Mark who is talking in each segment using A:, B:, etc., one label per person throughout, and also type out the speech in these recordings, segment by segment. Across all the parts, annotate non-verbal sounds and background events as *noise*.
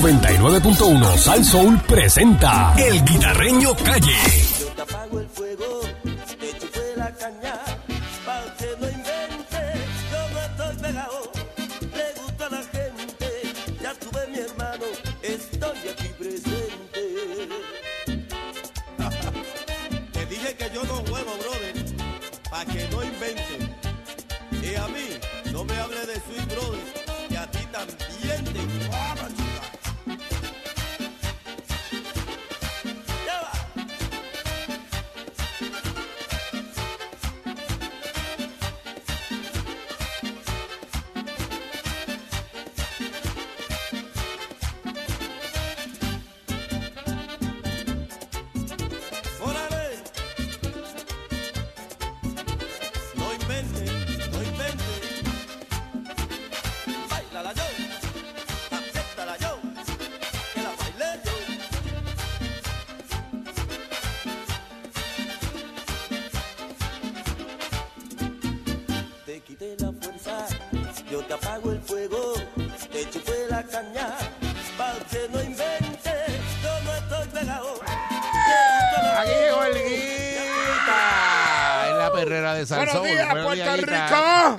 A: 99.1 Sal Soul presenta El Guitarreño Calle.
B: Yo te apago el fuego, te fue la caña, pa' que no invente, yo no estoy pegado, le gusta a la gente, ya tuve mi hermano, estoy aquí presente.
C: Te dije que yo no juego, brother, para que no invente. Y a mí, no me hable de Sweet Brother, que a ti también te guapa, chica.
B: Ya va.
C: Órale. No invente, no invente. Bailala yo, acéptala yo, que la bailé yo.
B: te quité la fuerza, yo te apago el fuego, te chupé la caña, pa' que no invente, yo no estoy pegado. te gusta la
D: Aquí llegó el Guita. En la perrera de Salsón.
E: Buenos días, Puerto
D: Guita.
E: Rico.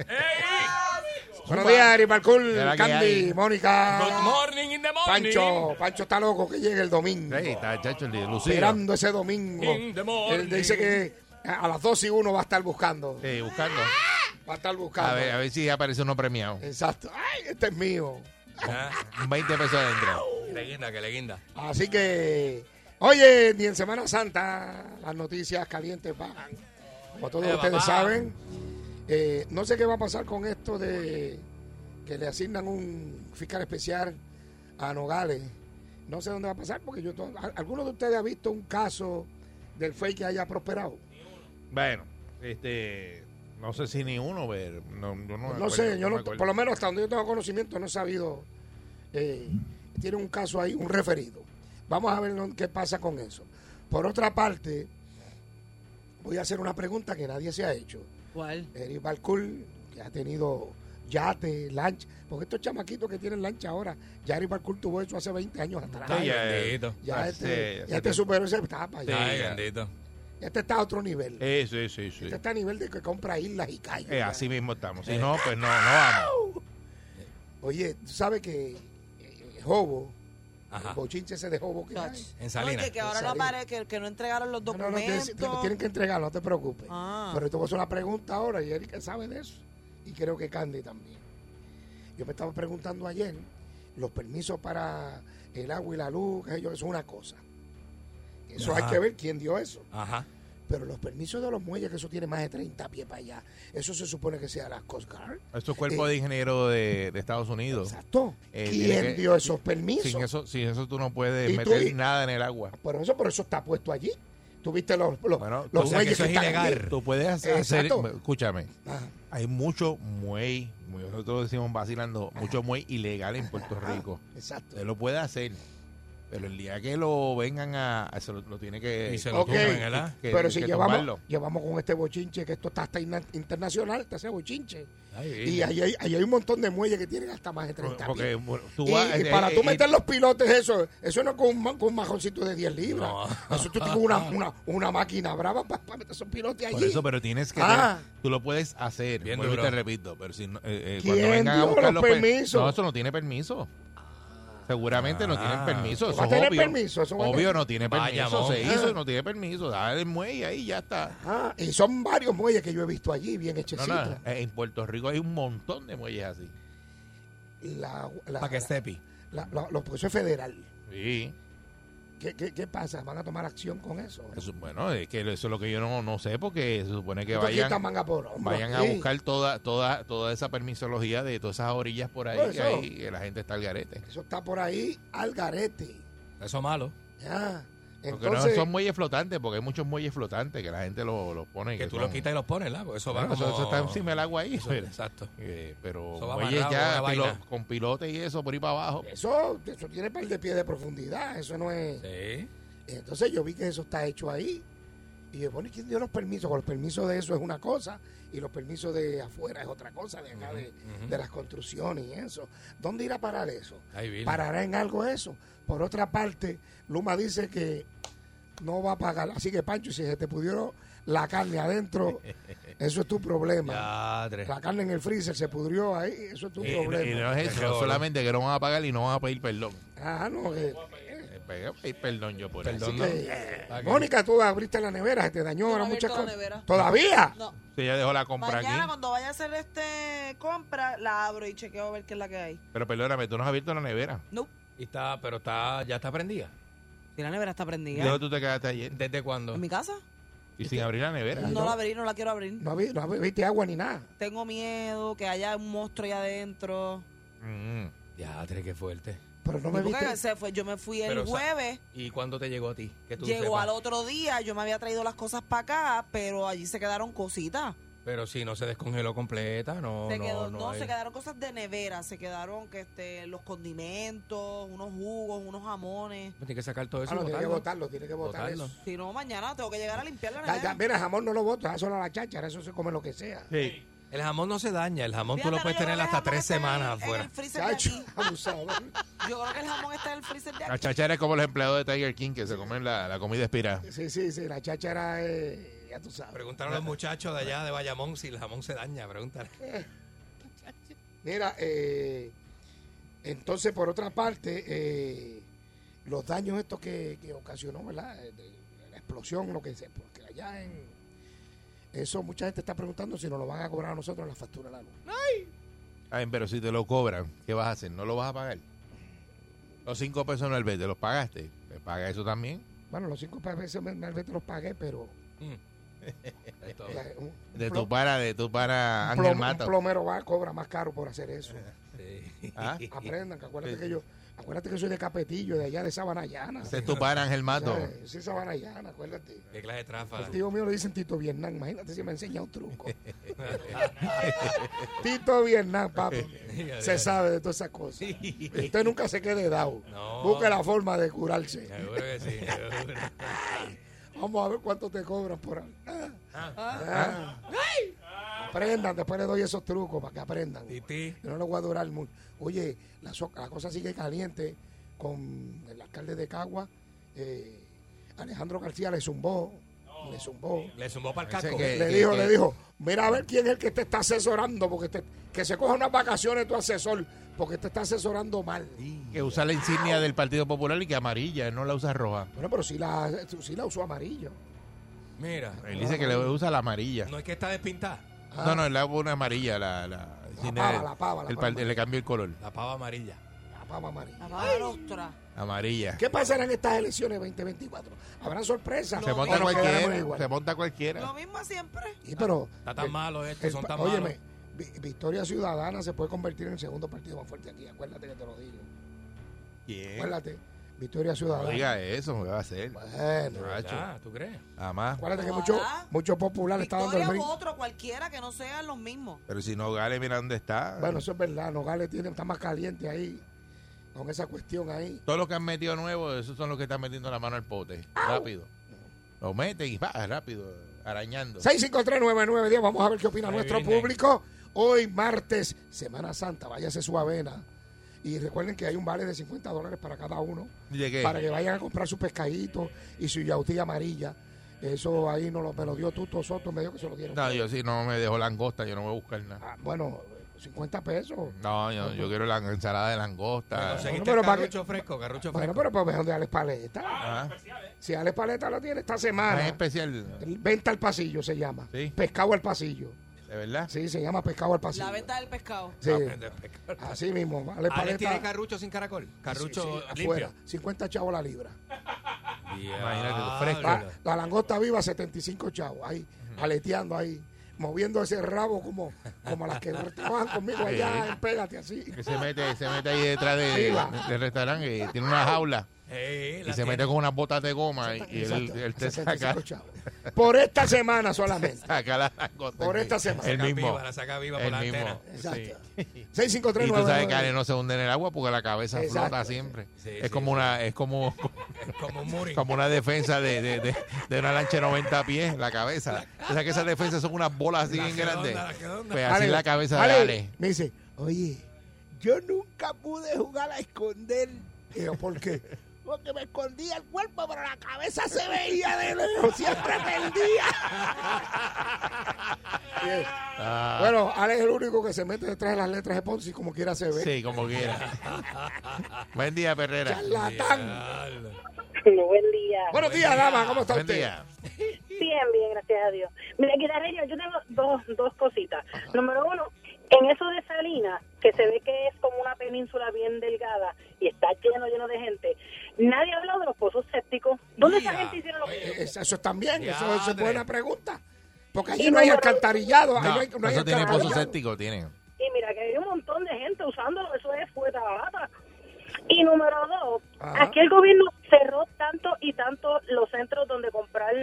E: Buenos días, Eri Parkour,
D: ¿Será que hay?
E: Candy,
F: Good
E: Mónica,
F: morning in the morning.
E: Pancho. Pancho está loco que llegue el domingo.
D: Ahí está, chacho, el Lucía.
E: Esperando ese domingo.
F: In the morning.
E: Él dice que a las 2 y 1 va a estar buscando.
D: Sí, buscando.
E: Va a estar buscando.
D: A ver, a ver si aparece uno premiado.
E: Exacto. Ay, este es mío.
F: Ah,
D: 20 pesos adentro.
F: Que le guinda, que le guinda.
E: Así que, oye, ni en Semana Santa las noticias calientes pagan. Como todos
F: Eh,
E: ustedes
F: papá.
E: saben, eh, no sé qué va a pasar con esto de que le asignan un fiscal especial a Nogales. No sé dónde va a pasar porque yo... to- ¿Al- ¿Alguno de ustedes ha visto un caso del fake que haya prosperado?
D: Bueno, este. No sé si ni uno, pero. No, yo no, me
E: No,
D: acuerdo,
E: sé, yo
D: me
E: no,
D: acuerdo.
E: por lo menos hasta donde yo tengo conocimiento no he sabido. eh, tiene un caso ahí, un referido. Vamos a ver lo- qué pasa con eso. Por otra parte, voy a hacer una pregunta que nadie se ha hecho.
G: ¿Cuál?
E: Eric Balcool, que ha tenido yate, lancha, porque estos chamaquitos que tienen lancha ahora, ya Eric Balcool tuvo eso hace 20 años atrás.
D: Sí, ya,
F: Bendito.
E: ya
D: hace-
E: este,
D: hace
E: ya este
D: tiempo.
E: superó esa etapa.
F: Sí,
E: Ya,
F: bendito.
E: Este está a otro nivel.
D: Eh, sí, sí, sí.
E: Este está a nivel de que compra islas y calles.
D: Eh,
E: ya.
D: así mismo estamos. Si no, pues no, no vamos.
E: Oye, tú sabes que eh, Jobo,
F: Ajá.
E: el bochinche ese de Jobo que hay.
F: En Salinas.
G: Oye, que ahora no
E: Salinas.
G: aparece, que, que no entregaron los
E: No, no, no,
G: documentos.
E: tienes- tienen que entregarlo, no te preocupes.
G: Ah.
E: Pero te voy a hacer una pregunta ahora y Erika sabe de eso. Y creo que Candy también. Yo me estaba preguntando ayer, los permisos para el agua y la luz, que ellos, eso es una cosa. Eso
F: Ajá.
E: hay que ver quién dio eso.
F: Ajá.
E: Pero los permisos de los muelles, que eso tiene más de 30 pies para allá, eso se supone que sea la Coast Guard.
D: Estos cuerpos
E: Eh,
D: de ingeniero de, de Estados Unidos.
E: Exacto.
D: Eh, tiene
E: ¿Quién
D: que-
E: dio esos permisos?
D: Sin eso, sin eso tú no puedes
E: ¿Y tú?
D: meter nada en el agua.
E: Por eso, por eso está puesto allí. Tuviste los, los,
D: Bueno,
E: los
D: tú-
F: o sea, que
E: muelles
F: eso
E: que
F: es
E: están
F: ilegal.
E: allí. Ah,
D: Tú puedes hacer, hacer-
E: Exacto.
D: escúchame,
E: Ajá.
D: hay mucho muey, muy- nosotros decimos vacilando, mucho muey ilegal en Puerto Rico.
E: Exacto.
D: Usted lo puede hacer, pero el día que lo vengan a, a- se lo, lo tiene que...
F: Y se lo
E: Ok.
F: tumban, ¿verdad?
D: que-
E: Pero
D: que
E: si
D: tumbarlo.
E: llevamos, llevamos con este bochinche, que esto está hasta ina- internacional, está ese bochinche. Y ahí hay, ahí hay un montón de muelles que tienen hasta más de 30
D: Porque
E: pies.
D: bueno, tú
E: Y,
D: vas-
E: y
D: eh,
E: para
D: eh,
E: tú
D: eh,
E: meter los pilotes, eso eso no es con un, ma- con un majoncito de 10 libras.
F: No.
E: Eso tú tienes
D: *laughs*
E: una, una, una máquina brava para meter esos pilotes allí.
D: Por eso, pero tienes que...
E: Ah.
D: tener- tú lo puedes hacer,
F: Bien
D: vuelvo y
F: duro.
D: te repito, pero si no, eh, eh,
E: ¿Quién
D: cuando vengan a
E: dio
D: buscar
E: los
D: per-
E: permisos?
D: No, eso no tiene permiso. Seguramente no tienen
F: Ah.
D: permiso.
E: ¿Va
D: Eso
E: a
D: es
E: tener
D: obvio.
E: permiso? Eso va a
D: obvio,
E: tener-
D: no tiene
F: Vaya,
D: permiso. Se
F: mon.
D: hizo, no tiene permiso. Dale el muelle ahí, ya está.
E: Ah, y son varios muelles que yo he visto allí, bien
D: No,
E: hechecitos.
D: no, eh, en Puerto Rico hay un montón de muelles así.
E: La- la-
F: Para que estepi.
E: la- la- lo- pues eso es federal.
D: Sí.
E: ¿Qué, qué, qué pasa? ¿Van a tomar acción con eso?
D: Eso- bueno, es que eso es lo que yo no, no sé porque se supone que
E: Esto aquí está
D: vayan,
E: manga por hombro,
D: vayan a
E: aquí.
D: buscar toda, toda, toda esa permisología de todas esas orillas por ahí
E: Por
D: que
E: eso.
D: ahí que la gente está al garete.
E: Eso está por ahí al garete.
F: Eso es malo.
E: Ya.
D: Porque no
E: Entonces,
D: son muelles flotantes, porque hay muchos muelles flotantes que la gente los lo pone.
F: Que tú
D: son-
F: lo quitas y los pones, ¿verdad? Eso va
D: Bueno, eso,
F: como-
D: eso está encima del agua ahí.
F: Eso- Exacto.
D: Eh, pero
F: Eso va
D: muelles
F: amarrado,
D: ya
F: una
D: pilo-
F: vaina.
D: con pilotes y eso por ahí para abajo.
E: eso, eso tiene par de pies de profundidad. Eso no es.
F: Sí.
E: Entonces yo vi que eso está hecho ahí. Y yo, bueno, ¿y quién dio los permisos? Con los permisos de eso es una cosa y los permisos de afuera es otra cosa, de acá, de, de las construcciones y eso. ¿Dónde irá a parar eso?
F: Ay, Virgen.
E: ¿Parará en algo eso? Por otra parte, Luma dice que no va a pagar. Así que, Pancho, si se te pudieron la carne adentro, eso es tu problema.
F: Ya, tres.
E: La carne en el freezer se pudrió ahí, eso es tu
D: Y, y
E: problema.
D: no es eso, solamente que no van a pagar y no van a pedir perdón.
E: Ah, no, que-
D: Eh, voy a pedir perdón yo por eso.
F: Perdón,
E: que-
F: ¿no?
E: eh,
F: Ah, que-
E: Mónica, tú abriste la nevera, se te dañó
G: Yo no he
E: muchas
G: abierto la
E: cosas.
G: nevera.
E: ¿Todavía?
G: No.
D: Si ella dejó la compra
G: Mañana
D: aquí.
G: cuando vaya a hacer este compra, la abro y chequeo a ver qué es la que hay.
D: Pero perdóname, tú no has abierto la nevera.
G: No,
F: Y está, pero está, ya está prendida.
G: si la nevera está prendida.
D: ¿Dónde tú te quedaste ayer?
F: ¿Desde cuándo?
G: ¿En mi casa?
D: Y sin abrir la nevera.
G: No la abrí, no la quiero abrir.
E: No, habí- no viste agua ni nada.
G: Tengo miedo que haya un monstruo allá adentro.
D: Mm.
F: Ya, tres, qué fuerte.
E: Pero no me
G: ¿Y por qué
E: viste.
G: se fue? Yo me fui el
F: Pero, o sea,
G: jueves.
F: ¿Y cuándo te llegó a ti? Que tú
G: Llegó
F: sepas.
G: al otro día, yo me había traído las cosas para acá, pero allí se quedaron cositas.
F: Pero si no se descongeló completa, no.
G: se quedó,
F: no,
G: no,
F: hay-
G: se quedaron cosas de nevera, se quedaron que este, los condimentos, unos jugos, unos jamones.
F: Tienes Pues que sacar todo eso.
E: Ah,
F: y
E: no, tiene que
F: botarlo.
E: botarlo, tiene que botar
F: Botarlo.
E: eso.
G: Si no, mañana tengo que llegar a limpiar la
E: Ya,
G: nevera.
E: ya, mira, jamón no lo botas, eso a la cháchara, eso se come lo que sea.
D: Sí.
F: El jamón no se daña, el jamón
G: Fíjate,
F: tú lo
G: no,
F: puedes
G: yo creo
F: tener
G: que el
F: hasta
G: jamón
F: tres
G: está en el-
F: semanas
G: en
F: afuera.
G: el freezer de
E: Chacho,
G: aquí.
E: abusado.
G: Yo creo que el jamón está en el freezer de
D: La
G: aquí.
D: chachara es como los empleados de Tiger King que se comen la, la comida expirada.
E: Sí, sí, sí, la cháchara, eh, ya tú sabes.
F: Preguntaron a los muchachos de allá de Bayamón si el jamón se
G: *laughs*
F: daña, pregúntale.
E: Mira, eh, entonces, por otra parte, eh, los daños estos que, que ocasionó, ¿verdad? Eh, de- la explosión, lo que sea, porque allá en... Eso mucha gente está preguntando si nos lo van a cobrar a nosotros en la factura de la luz.
D: Ay, Ah, pero si te lo cobran, ¿qué vas a hacer? ¿No lo vas a pagar? Los cinco pesos en el vete, ¿los pagaste? Pues paga eso también.
E: Bueno, los cinco pesos me, me- los pagué, pero...
F: Esto-
E: eh, un- un
D: Mm. De
E: plo-
D: tu para, de tu para
E: un
D: Ángel
E: plomo-
D: Mata.
E: un plomero va, cobra más caro por hacer eso.
F: sí.
D: ¿Ah?
E: Aprendan, que acuérdate que yo, acuérdate que soy de Capetillo, de allá de Sabana Llana.
D: Ese es tu para Ángel
E: *laughs*
D: Mato.
E: ¿Sabes? Sí, Sabana Llana, acuérdate.
F: Qué clase de tráfala.
E: Pues Tío Este mío le dicen Tito Vietnam, imagínate si me enseña un truco. Tito Vietnam, papi. Se sabe de todas esas cosas. Usted nunca se quede dado.
F: No.
E: Busque la forma de curarse.
F: Seguro que sí, seguro.
E: Vamos a ver cuánto te cobran por ahí. Ah. Ah. Aprendan, después les doy esos trucos para que aprendan.
F: Titi.
E: Yo no lo voy a durar mucho. Oye, la, so- la cosa sigue caliente con el alcalde de Cagua. eh, Alejandro García le zumbó. Le zumbó.
F: Le zumbó para el
D: Ese
F: casco.
D: que-
E: Le dijo, le dijo, mira a ver quién es el que te está asesorando, porque te- que se coja unas vacaciones tu asesor, porque te está asesorando mal.
D: Que usa la insignia del Partido Popular y que amarilla, no la usa roja.
E: Bueno, pero si la, si la usó amarillo.
F: Mira,
D: Él dice que le
E: Ah.
D: usa la amarilla.
F: no es que está despintada.
D: No, no, él la pone amarilla. La, la, insignia
E: pava,
D: del-
E: la pava, la
D: el
E: pava.
D: par- Le cambió el color.
F: La pava amarilla.
E: La pava amarilla.
G: La madre ostra.
D: Amarilla.
E: ¿Qué pasará en estas elecciones 2024? ¿Habrá sorpresas?
D: Se monta
E: ¿O nos quedaremos
D: cualquiera.
E: igual?
D: Se monta cualquiera.
G: Lo mismo siempre.
E: Sí, pero
F: Está tan malo esto,
E: El
F: son
E: pa-
F: tan
E: óyeme,
F: malos.
E: Vi- Victoria Ciudadana se puede convertir en el segundo partido más fuerte aquí. Acuérdate que te lo digo.
D: ¿Quién?
E: Acuérdate, Victoria
D: No
E: Ciudadana.
D: diga eso, ¿qué va a hacer?
E: Bueno,
D: Macho.
F: Ah, ¿tú crees?
D: Jamás.
E: acuérdate que
G: Ojalá.
E: mucho, mucho popular está dando el
G: Victoria u
E: brinco.
G: otro, cualquiera que no sean los mismos.
D: Pero si no, Gale, mira dónde está.
E: Bueno, eso es verdad. Nogales tiene, está más caliente ahí con esa cuestión ahí.
D: Todos los que han metido nuevo, esos son los que están metiendo la mano al pote. Rápido. Lo meten y va, rápido, arañando.
E: 6539910, vamos a ver qué opina
F: Ahí
E: nuestro
F: viene.
E: público. Hoy martes, Semana Santa, váyase su avena. Y recuerden que hay un vale de 50 dólares para cada uno.
D: ¿De qué?
E: para que vayan a comprar sus pescaditos y su yautía amarilla. Eso ahí no lo, me lo dio Tuto Soto, me dijo que se lo dieron.
D: No, yo sí no me dejo langosta, yo no voy a buscar nada.
E: Ah, bueno, 50 pesos.
D: No, yo, yo quiero la ensalada de langosta.
F: Conseguiste
E: pero
F: el
E: para que-
F: carrucho fresco, carrucho
E: Bueno,
F: fresco.
E: pero pues mejor de Alex Paleta.
D: Ah,
E: Si Alex Paleta lo tiene esta
D: ah, es
E: semana,
D: especial,
E: el venta al pasillo se llama.
D: Sí.
E: Pescado al pasillo.
D: de verdad.
E: Sí, se llama pescado al pasillo.
G: La venta del pescado.
E: Sí,
F: Alex
E: así mismo,
D: Ah,
E: Alex
F: Ah, tiene
E: Paleta.
F: carrucho sin caracol.
E: sí,
F: Carrucho
E: sí,
F: limpio.
E: afuera, 50 chavos la libra.
D: Imagínate, fresco.
E: La,
F: Ah,
E: la langosta viva, 75 chavos, ahí, aleteando ahí, moviendo ese rabo como, como las
D: *laughs*
E: que trabajan conmigo allá, en pégate así.
D: Que se mete, se mete ahí detrás de-
E: Ahí va.
D: del restaurante y tiene una jaula
F: Ey,
D: y
F: la
D: se
F: tiene.
D: mete con unas botas de goma y, y él,
E: Exacto,
D: él te
E: 65
D: saca.
E: chavos. por esta semana solamente.
D: Saca la langosta.
E: Por
D: el-
E: esta semana.
D: El
F: Saca
D: mismo.
F: viva, la saca viva por
D: El
F: la
D: mismo.
F: antena.
E: Exacto.
D: Y tú sabes que
E: 653
D: Ale no se hunde en el agua porque la cabeza
E: Exacto.
D: flota siempre.
F: Sí,
D: es
F: sí,
D: como una es como, *laughs*
F: Es como un muri.
D: como una defensa de, de, de, de una lancha de 90 pies, la cabeza. O sea que esas defensas son unas bolas así
F: La
D: bien
F: redonda,
D: grandes.
F: la redonda.
D: Pues así
E: Ale,
D: la cabeza
E: Ale,
D: de Ale.
E: Me dice, oye, yo nunca pude jugar a esconder. Y yo, ¿por qué? *laughs* Porque me escondía el cuerpo, pero la cabeza se veía de lejos, siempre perdía. *laughs* Bien.
D: Ah.
E: Bueno, Ale es el único que se mete detrás de las letras de Ponzi, como quiera se ve.
D: Sí, como quiera. Buen día, Perrera.
E: Charlatán.
F: Diablo.
H: No, *laughs* buen día.
E: Buenos días, dama, ¿cómo está
D: Buen
E: usted?
D: día.
H: Bien, bien, gracias a Dios. Mira, guitarreño, yo tengo dos, dos cositas. Número uno, en eso de Salinas, que se ve que es como una península bien delgada y está lleno, lleno de gente, nadie ha hablado de los pozos sépticos. ¿Dónde esa
F: Ya,
H: gente hicieron los pozos
E: Eh,
H: sépticos?
E: Eso, eso también, eso, eso es
F: Diadre.
E: buena pregunta. Porque
H: Y
E: allí no hay
H: número-
E: alcantarillado. ahí
D: No,
E: no hay, no hay
D: eso tiene pozo
E: alcantarillado.
D: séptico, tienen.
H: Y mira, que hay un montón de gente usándolo, eso es fueta barata. Y número dos,
E: Ajá.
H: aquí el gobierno cerró tanto y tanto los centros donde comprar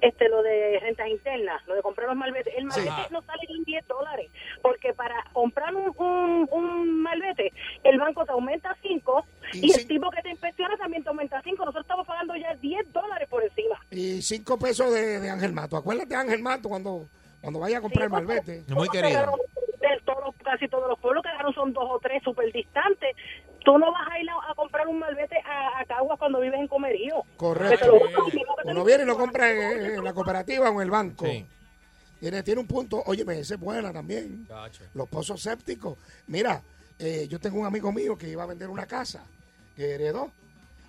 H: este lo de rentas internas, lo de comprar los malbetes. El malvete
F: Ajá.
H: no sale ni 10 dólares, porque para comprar un, un, un malvete, el banco te aumenta 5
E: Y
H: y,
E: cin-
H: el tipo que te inspecciona también te aumenta 5. Nosotros estamos pagando ya 10 dólares por encima.
E: Y cinco pesos de, de Ángel Mato. Acuérdate de Ángel Mato cuando, cuando vaya a comprar el malvete.
D: pues, Muy
H: Todos
D: querido.
H: quedaron de todos, casi todos los pueblos quedaron son dos o tres súper distantes. Tú no vas a ir a, a comprar un malvete a, a Caguas cuando vives en Comerío. Que te
E: Correcto.
H: lo buscan, sino que te
E: Uno viene y lo compra en, en la cooperativa o en el banco.
D: Sí.
E: Tiene, tiene un punto. Óyeme, esa es buena también.
F: Chacho.
E: Los pozos sépticos. Mira, eh, yo tengo un amigo mío que iba a vender una casa que heredó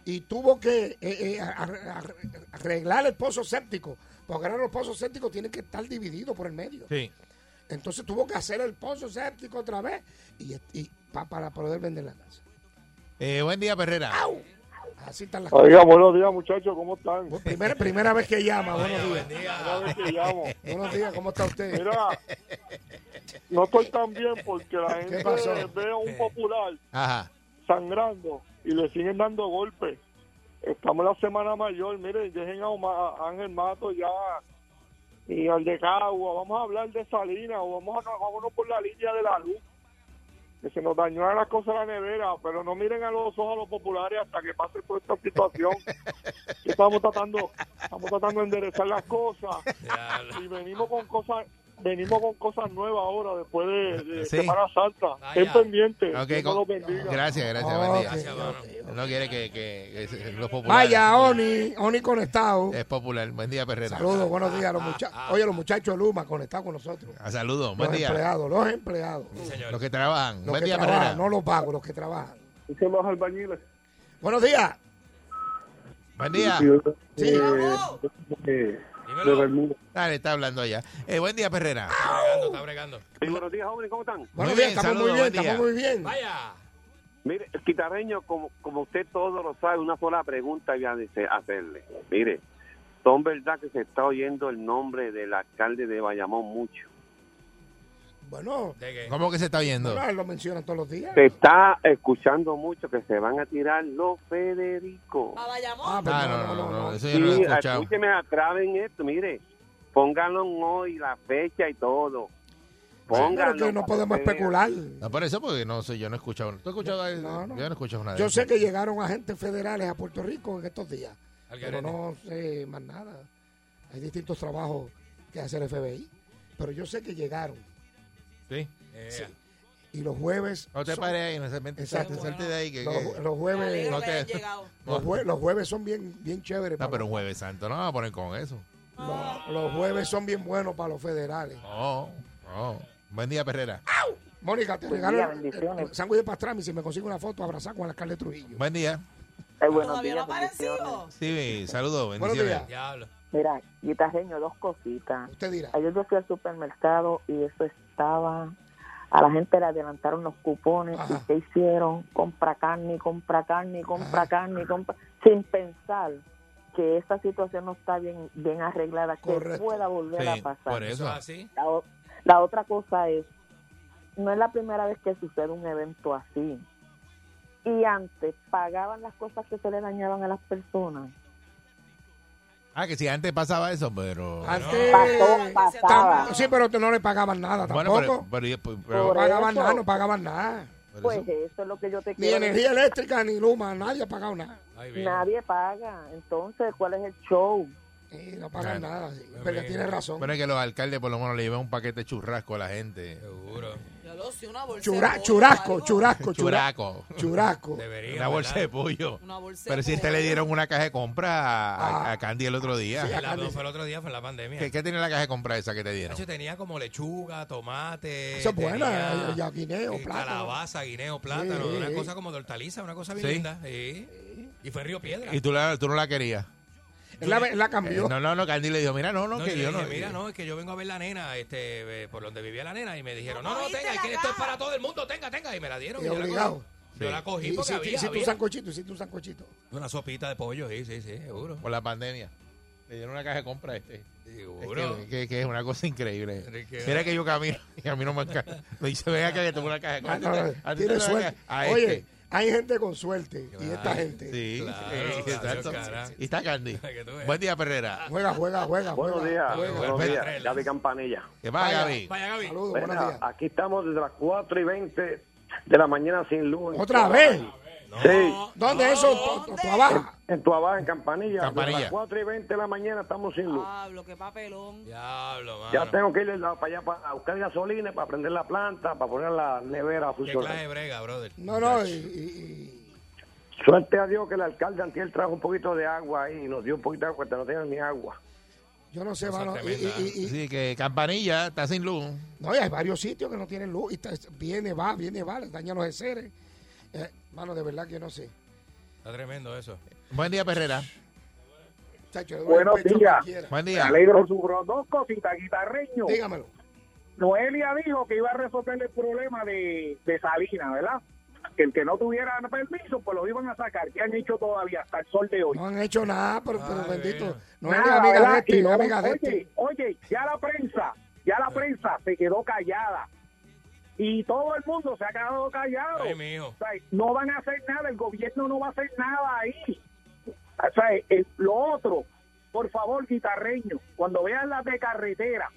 E: y tuvo que eh, eh, ar- ar- arreglar el pozo séptico. Porque ahora los pozos sépticos tienen que estar divididos por el medio.
D: Sí.
E: Entonces tuvo que hacer el pozo séptico otra vez y, y pa- para poder vender la casa.
D: Eh, buen día, Perrera.
E: Así están las
I: Oiga, buenos días, muchachos, ¿cómo están?
E: cosas. Primera, primera vez que
D: *laughs*
E: llama, buenos días.
I: Primera vez que llamo.
E: Buenos días, ¿cómo está usted?
I: Mira, no estoy tan bien porque la
E: ¿Qué
I: gente
E: pasó?
I: ve a un popular
D: Ajá.
I: sangrando y le siguen dando golpes. Estamos en la semana mayor, miren, dejen a, Oma- a Ángel Mato ya y al de Cagua. Vamos a hablar de Salinas o vamos a vámonos por la línea de la luz. Que se nos dañó las cosas la nevera, pero no miren a los ojos a los populares hasta que pase toda esta
E: *laughs*
I: situación. Que estamos tratando, estamos tratando de enderezar las cosas
F: Diablo.
I: y venimos con cosas venimos con cosas nuevas ahora después de, de
D: Sí.
I: Semana Santa
F: Vaya.
I: estén pendientes
D: Ok,
I: Dios
D: con-
I: los bendiga
D: gracias, gracias, buen día.
E: Ok,
F: Gracias, mano.
D: No quiere que, que- que se- los populares.
E: Vaya, Oni, Oni conectado.
D: Es popular. Buen día, Perrera.
E: Saludos, buenos días a los muchachos. Oye, los muchachos de Luma conectados con nosotros.
D: Ah, saludos.
E: Los
D: ah. Buen día.
E: empleados, los empleados.
D: Los que trabajan.
E: Los
D: buen
E: que
D: día, Perrera.
E: trabajan, no los pagos, los que trabajan.
I: son los albañiles
E: Buenos días.
D: Buen día.
E: Sí.
F: Dímelo.
D: Dale, está hablando allá. Eh, buen día, Perrera.
F: Bregando, está bregando.
I: buenos días jóvenes ¿cómo están?
E: Buenos
D: bien,
E: días, estamos
D: saludos,
E: muy bien,
D: buen día.
E: estamos muy bien.
F: Vaya.
I: mire quitarreño como, como usted todo lo sabe una sola pregunta voy a dice- hacerle mire son verdad que se está oyendo el nombre del alcalde de Bayamón mucho
E: Bueno,
F: ¿De qué?
D: ¿Cómo que se está oyendo?
E: bueno, lo mencionan todos los días.
I: se está escuchando mucho que se van a tirar los Federicos
G: ¿Para
E: Ah,
G: Bayamón?
E: pero
D: Ah, no, no, no, no, Eso yo no lo he
I: Sí,
D: escuchado.
I: escúcheme, atraven esto, mire, pónganlo hoy, la fecha y todo.
E: Sí,
I: Pónganlo.
E: pero que no
I: para
E: podemos
I: que vean.
E: especular.
D: No, por eso, porque no sé, yo no he escuchado. ¿Tú has escuchado? algo?
E: No, no.
D: Yo no he escuchado nada. de
E: Yo
D: eso.
E: sé que llegaron agentes federales a Puerto Rico en estos días,
F: Al
E: pero
F: garete.
E: no sé más nada. Hay distintos trabajos que hace el FBI, pero yo sé que llegaron.
D: Sí.
F: Eh,
E: Y los jueves.
D: No te
E: son-
D: pares ahí, no se mete-
E: Exacto.
D: salte- salte de ahí. Que,
E: Los,
D: que-
E: los
G: Me alegro
E: jueves.
D: No
G: que
D: te-
G: hayan llegado.
E: Los, jue- los jueves son bien, bien chéveres.
D: No,
E: para
D: pero un jueves santo, no vamos a poner con eso.
E: los, los jueves son bien buenos para los federales.
D: No, no. Buen día, Perrera.
E: Mónica, te regalo el- el sándwich de pastrami si me consigo una foto abrazada con el alcalde Trujillo.
D: Buen día.
G: ¿Todavía no ha aparecido?
D: Sí, saludos,
E: Buenos
D: bendiciones.
E: días.
F: Diablo.
J: Mira, guitarreño, dos cositas.
E: Usted dirá.
J: Ayer yo fui al supermercado y eso estaba. A la gente le adelantaron los cupones
E: Ajá.
J: y ¿qué hicieron? Compra carne, compra carne, compra carne, compra. Sin pensar que esta situación no está bien, bien arreglada,
E: Correcto.
J: que pueda volver
D: Sí,
J: a pasar.
D: por
F: Eso
D: eso.
F: es así.
J: La, o- la otra cosa es, no es la primera vez que sucede un evento así. Y antes pagaban las cosas que se le dañaban a las personas.
D: Ah, que si antes pasaba eso, pero...
E: Antes,
J: Pasó, pasaba.
E: tam- sí, pero tú no le pagaban nada
D: Bueno,
E: tampoco.
D: pero, pero- pero-
E: no
D: pero-
E: pagaban
J: eso.
E: nada, no pagaban nada.
J: Pues eso es lo que yo te
E: Ni
J: quiero
E: energía
J: decir.
E: eléctrica, ni Luma, nadie ha pagado nada.
F: Ay, bien.
J: Nadie paga. Entonces, ¿cuál es el show?
E: Sí, no pagan
D: Claro.
E: nada. sí. Pero tiene razón.
D: Bueno, es que los alcaldes por lo menos le llevan un paquete de churrasco a la gente.
F: Seguro.
G: Ya lo sé, una bolsa de
E: Chura-
G: pollo,
E: churrasco,
G: algo.
E: churrasco, churrasco,
D: Churaco.
E: churrasco.
F: Debería.
D: Una bolsa de pollo.
G: Una bolsa de
D: Pero si este
G: pollo.
D: le dieron una caja de compra a, a-
E: Ah.
D: a Candy el otro día.
E: Sí, a
F: La, no, fue el otro día, fue la pandemia.
D: ¿Qué, qué tiene la caja de compra esa que te
F: De
D: dieron?
F: hecho, tenía como lechuga, tomate.
E: Eso es bueno,
F: tenía,
E: eh, ya guineo,
F: eh,
E: plátano.
F: Calabaza, guineo, plátano.
E: Sí,
F: una
E: sí.
F: cosa como de hortaliza, una cosa bien
D: Sí.
F: linda. sí. Y fue en Río Piedra.
D: Y tú, la- tú no la querías.
E: Él la, él la
D: Eh,
E: cambió.
D: no, no, no, Candy le dijo, mira, no, no,
F: No,
D: que
F: yo le
D: yo no.
F: dije, mira, no, es que yo vengo a ver la nena, este, eh, por donde vivía la nena, y me dijeron,
G: ¿Cómo
F: no, no,
G: viste
F: tenga,
G: la
F: es que esto es
G: caja?
F: para todo el mundo, tenga, tenga, y me la dieron.
E: Y
F: yo la cogí.
E: obligado.
F: Yo la cogí
E: Y
F: porque
E: hiciste,
F: había,
E: hiciste un
F: había.
E: sancochito, hiciste un sancochito.
F: una sopita de pollo, sí, sí, sí, seguro.
D: Por la pandemia. Le dieron una caja de compra a este. Es
F: Seguro.
D: que, que- que es una cosa increíble.
F: Enrique.
D: Mira que yo camino y a mí no me encanta. Me dice, ven acá que tengo una caja de
E: Ah,
D: compra.
E: no,
D: A ti te- a ti te
E: tiene
D: da la
E: suerte.
D: caja- a
E: Oye,
D: este.
E: hay gente con suerte. Y esta
F: Claro.
E: gente.
D: Sí,
F: Claro,
D: eh,
F: claro,
D: exacto.
F: cara.
D: Y está Candy.
F: que tú veas.
D: Buen día, Perrera.
E: Juega, juega, juega.
K: Buenos
E: juega,
K: días,
E: juega.
F: Bueno,
K: buenos días.
F: bueno.
K: Gaby Campanilla.
D: ¿Qué pasa,
E: Vaya,
D: Gaby?
F: Vaya, Gaby.
E: Saludos,
K: Mira,
E: buenos días.
K: aquí estamos desde las 4 y 20 de la mañana sin luz. en
E: ¿Otra
K: Tuabaja.
E: vez?
K: Sí,
E: ¿Dónde es eso? Tu- tu- tu abajo.
K: en tu en Campanilla.
D: Campanilla.
K: Desde las 4 y 20 de la mañana estamos sin luz.
G: Pablo, qué papelón.
F: Diablo, mano.
K: ya tengo que ir del lado para allá para buscar gasolina, para prender la planta, para poner la nevera a
F: Qué clase de
K: funcionar.
F: brega, brother.
E: No, no, y, y-
K: Suerte a Dios que el alcalde Antiel trajo un poquito de agua ahí y nos dio un poquito de agua, que no tenían ni agua.
E: y yo no sé,
F: Cosa
E: mano. Y,
F: tremenda.
E: y- y- y-
D: Sí, que Campanilla está sin luz.
E: no, y hay varios sitios que no tienen luz. Y está- viene, va, viene, va, les dañan los enseres. Eh, mano, de verdad que yo no sé.
F: Está tremendo eso.
D: Buen día, Perrera.
E: Chacho, le doy
K: Buenos
E: el pecho a
K: días.
E: cualquiera.
D: Buen día.
K: alegro su Dos cositas, guitarreño.
E: Dígamelo.
K: Noelia dijo que iba a resolver el problema de, de Salina, ¿verdad? Que el que no tuviera permiso, pues lo iban a sacar. ¿Qué han hecho todavía hasta el sol de hoy?
E: No han hecho nada, pero, pero
F: Ay,
E: bendito.
F: bueno.
E: No es
K: Nada,
E: amiga
K: ¿verdad?
E: de este,
K: Y
E: no es
K: ahora-
E: amiga de
K: oye,
E: este.
K: oye, ya la prensa, ya la prensa se quedó callada. Y todo el mundo se ha quedado callado.
F: Ay, mío.
K: O sea, no van a hacer nada, el gobierno no va a hacer nada ahí. O sea, el- lo otro, por favor, guitarreño, cuando vean las de carretera,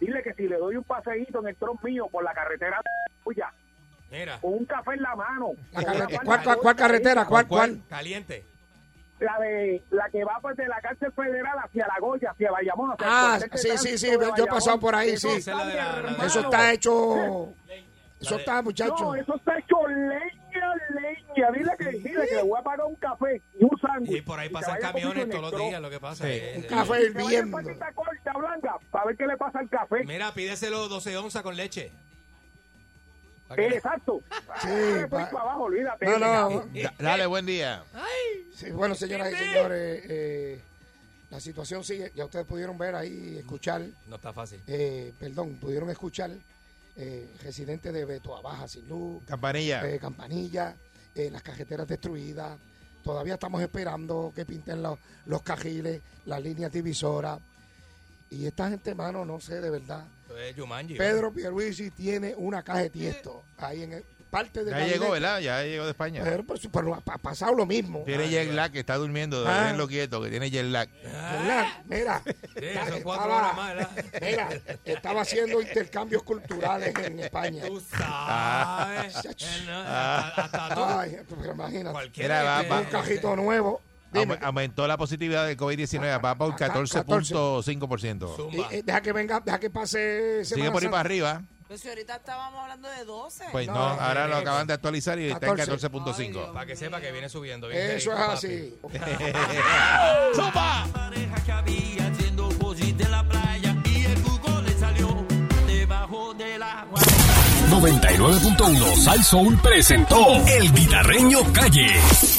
K: dile que si le doy un paseíto en el tron mío por la carretera tuya,
F: Mira.
K: con un café en la mano.
E: La
K: con
E: carre-
K: una palma
E: ¿Cuál, cuál, cuál
K: de-
E: carretera? ¿Cuál, cuál?
F: Caliente.
K: La de la que va pues, de la cárcel federal hacia la Goya, hacia Bayamón. hacia el
E: Ah,
K: cuartel de
E: sí, sí,
K: tránsito
E: sí,
K: de
E: yo he
K: Bayamón.
E: pasado por ahí,
K: Eso
E: sí.
F: Esa es la de la- la de-
E: Eso está hecho. Eso está, muchacho.
K: No, eso está hecho leña, leña. Dile que, dile que le voy a pagar un café y un sándwich.
F: Y por ahí
K: que
F: pasan
K: vaya conmigo
F: camiones
K: en el
F: todos los
K: tro-
F: días, lo que pasa.
D: Sí.
F: es-
E: Un
F: es-
E: café
K: Que vaya en
E: hirviendo.
K: patita corta, blanca, para ver qué le pasa al café.
F: Mira, pídeselo 12 onzas con leche. Pa' que-
K: Eh, Exacto.
E: Sí,
K: Ah,
E: pa-
K: para abajo, olvídate.
E: No, no.
D: Da- dale, buen día.
E: Sí, bueno, señoras y señores, eh, la situación sigue. Ya ustedes pudieron ver ahí, escuchar,
F: No está fácil.
E: eh, perdón, pudieron escuchar eh, residentes de Betoa Baja sin luz,
D: Campanilla.
E: eh, Campanilla, eh, las carreteras destruidas. Todavía estamos esperando que pinten los, los cajiles, las líneas divisoras. Y esta gente, mano, no sé de verdad.
F: Esto es Jumanji.
E: Pedro Pierluisi tiene una caja de tiesto ahí en el- parte de
D: ya llegó, ¿verdad? Ya llegó de España.
E: Pero, pero, pero ha- ha pasado lo mismo.
F: Ah,
D: tiene jet lag, que está durmiendo.
E: Ah.
D: Déjenlo quieto, que tiene jet lag.
F: Ah,
E: ¿Verdad? Mira,
F: Sí, son cuatro
E: estaba-
F: horas más, ¿verdad?
E: mira, estaba haciendo intercambios culturales en España.
F: Tú
E: Ah.
F: sabes.
E: *laughs*
F: Eh, no, hasta, hasta tú.
E: Ay, pero imagínate,
F: Cualquiera.
D: Mira,
F: que-
D: va-
E: un cajito nuevo. Dime,
D: Aume- aumentó la positividad del COVID-19. Va para un 14.5%.
F: Zumba.
E: y- y eh, deja que venga, deja que pase
D: Sigue
E: Semana
D: por ahí para
E: Santa.
D: arriba.
G: Pero si ahorita estábamos hablando de 12.
D: Pues no,
E: No,
D: ahora lo
F: eh,
D: acaban de actualizar y está en
E: 14.
G: Ay,
D: 14.5.
F: Para que sepa que viene subiendo. bien
E: Eso es
F: rico, papi.
E: así.
D: ¡Zumba!
B: pareja que había haciendo posis de la playa y el cuco le salió debajo del agua.
A: 99.1 Sal Soul presentó El Guitarreño Calle.